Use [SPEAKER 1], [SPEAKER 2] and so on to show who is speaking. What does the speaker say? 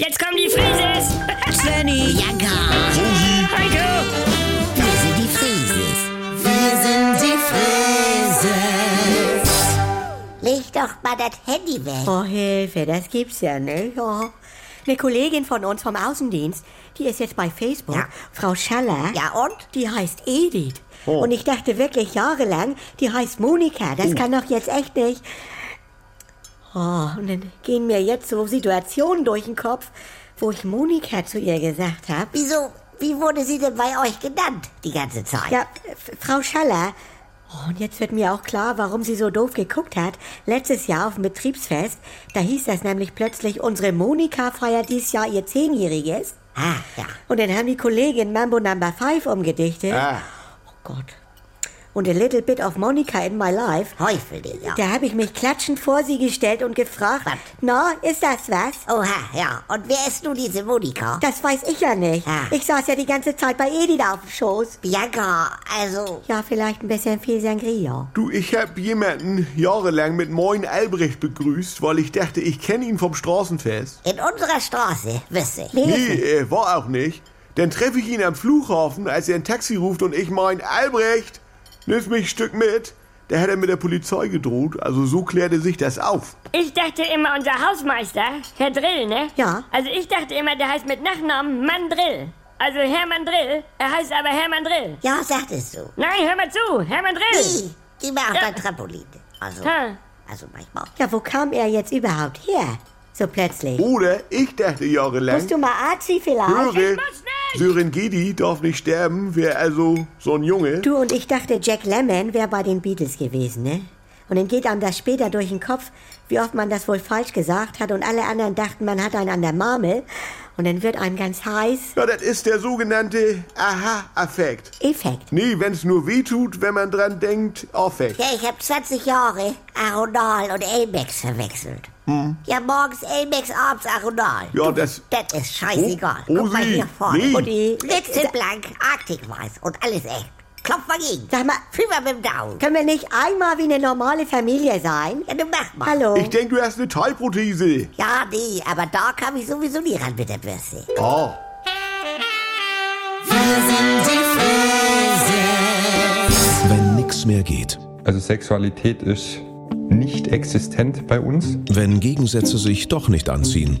[SPEAKER 1] Jetzt kommen die Frises!
[SPEAKER 2] Svenny,
[SPEAKER 3] Ja, gar.
[SPEAKER 1] Heiko!
[SPEAKER 3] Wir sind die Frieses. Wir sind die Frieses. Leg doch mal das Handy weg.
[SPEAKER 2] oh Hilfe, das gibt's ja nicht. Oh. Eine Kollegin von uns vom Außendienst, die ist jetzt bei Facebook,
[SPEAKER 3] Ja.
[SPEAKER 2] Frau Schaller.
[SPEAKER 3] Ja, und? Oh.
[SPEAKER 2] Die heißt Edith. Und ich dachte wirklich jahrelang, die heißt Monika. Das kann doch jetzt echt nicht. Oh, und dann gehen mir jetzt so Situationen durch den Kopf, wo ich Monika zu ihr gesagt habe.
[SPEAKER 3] Wieso, wie wurde sie denn bei euch genannt die ganze Zeit?
[SPEAKER 2] Ja, F- Frau Schaller. Oh, und jetzt wird mir auch klar, warum sie so doof geguckt hat. Letztes Jahr auf dem Betriebsfest, da hieß das nämlich plötzlich, unsere Monika feiert dieses Jahr ihr Zehnjähriges.
[SPEAKER 3] Ah, ja.
[SPEAKER 2] Und dann haben die Kollegin Mambo Number Five umgedichtet.
[SPEAKER 3] Ah.
[SPEAKER 2] Oh Gott. Und a little bit of Monica in my life.
[SPEAKER 3] Teufel, Digga.
[SPEAKER 2] Da habe ich mich klatschend vor sie gestellt und gefragt,
[SPEAKER 3] Was?
[SPEAKER 2] na, ist das was? Oh,
[SPEAKER 3] Oha, ja. Und wer ist nun diese Monika?
[SPEAKER 2] Das weiß ich ja nicht.
[SPEAKER 3] Ah.
[SPEAKER 2] Ich saß ja die ganze Zeit bei Edith auf dem Schoß.
[SPEAKER 3] Bianca, also,
[SPEAKER 2] Ja, vielleicht ein bisschen viel Sangria.
[SPEAKER 4] Du, ich habe jemanden jahrelang mit Moin Albrecht begrüßt, weil ich dachte, ich kenne ihn vom Straßenfest.
[SPEAKER 3] in unserer Straße, wüsste ich.
[SPEAKER 2] Nee,
[SPEAKER 4] Nee, äh, war auch nicht. Dann treffe ich ihn am Flughafen, als er ein Taxi ruft und ich mein, Albrecht, nimm mich ein Stück mit. Da hat er mit der Polizei gedroht, also so klärte sich das auf.
[SPEAKER 1] Ich dachte immer, unser Hausmeister, Herr Drill, ne?
[SPEAKER 2] Ja.
[SPEAKER 1] Also ich dachte immer, der heißt mit Nachnamen Mandrill. Also Hermann Drill, er heißt aber Hermann Drill.
[SPEAKER 3] Ja, sagtest du.
[SPEAKER 1] Nein, hör mal zu, Hermann Drill!
[SPEAKER 3] Die, die war auf
[SPEAKER 1] Ja.
[SPEAKER 3] der Trampolin. Also,
[SPEAKER 1] Ha.
[SPEAKER 3] also manchmal.
[SPEAKER 2] Ja, wo kam er jetzt überhaupt her? So plötzlich.
[SPEAKER 4] Oder ich dachte jahrelang,
[SPEAKER 2] Musst du mal Arzi vielleicht?
[SPEAKER 4] höre,
[SPEAKER 1] muss nicht.
[SPEAKER 4] Sören Gedi darf nicht sterben, wäre also so ein Junge.
[SPEAKER 2] Du und ich dachte, Jack Lemmon wäre bei den Beatles gewesen, ne? Und dann geht einem das später durch den Kopf, wie oft man das wohl falsch gesagt hat und alle anderen dachten, man hat einen an der Marmel. Und dann wird einem ganz heiß.
[SPEAKER 4] Ja, das ist der sogenannte Aha-Affekt.
[SPEAKER 2] Effekt.
[SPEAKER 4] Nee, wenn es nur weh tut, wenn man dran denkt, aufweckt.
[SPEAKER 3] Ja, ich habe 20 Jahre Aronal und Amex verwechselt.
[SPEAKER 4] Hm.
[SPEAKER 3] Ja, morgens Amex, abends Aronal.
[SPEAKER 4] Ja, das.
[SPEAKER 3] Das ist scheißegal.
[SPEAKER 4] Oh, oh,
[SPEAKER 3] Guck mal
[SPEAKER 4] sie.
[SPEAKER 3] hier vorne.
[SPEAKER 4] Nee.
[SPEAKER 3] Und
[SPEAKER 2] Die-
[SPEAKER 3] Blitzenblank, Arktikweiß und alles echt. Klopf mal gegen.
[SPEAKER 2] Sag mal,
[SPEAKER 3] Fieber mit dem Daumen.
[SPEAKER 2] können wir nicht einmal wie eine normale Familie sein?
[SPEAKER 3] Ja, du mach mal.
[SPEAKER 2] Hallo?
[SPEAKER 4] Ich denk, du hast eine Teilprothese.
[SPEAKER 3] Ja, nee, aber da kam ich sowieso nie ran mit der Bürste.
[SPEAKER 4] Oh.
[SPEAKER 5] Wenn nix mehr geht.
[SPEAKER 6] Also Sexualität ist nicht existent bei uns.
[SPEAKER 5] Wenn Gegensätze sich doch nicht anziehen.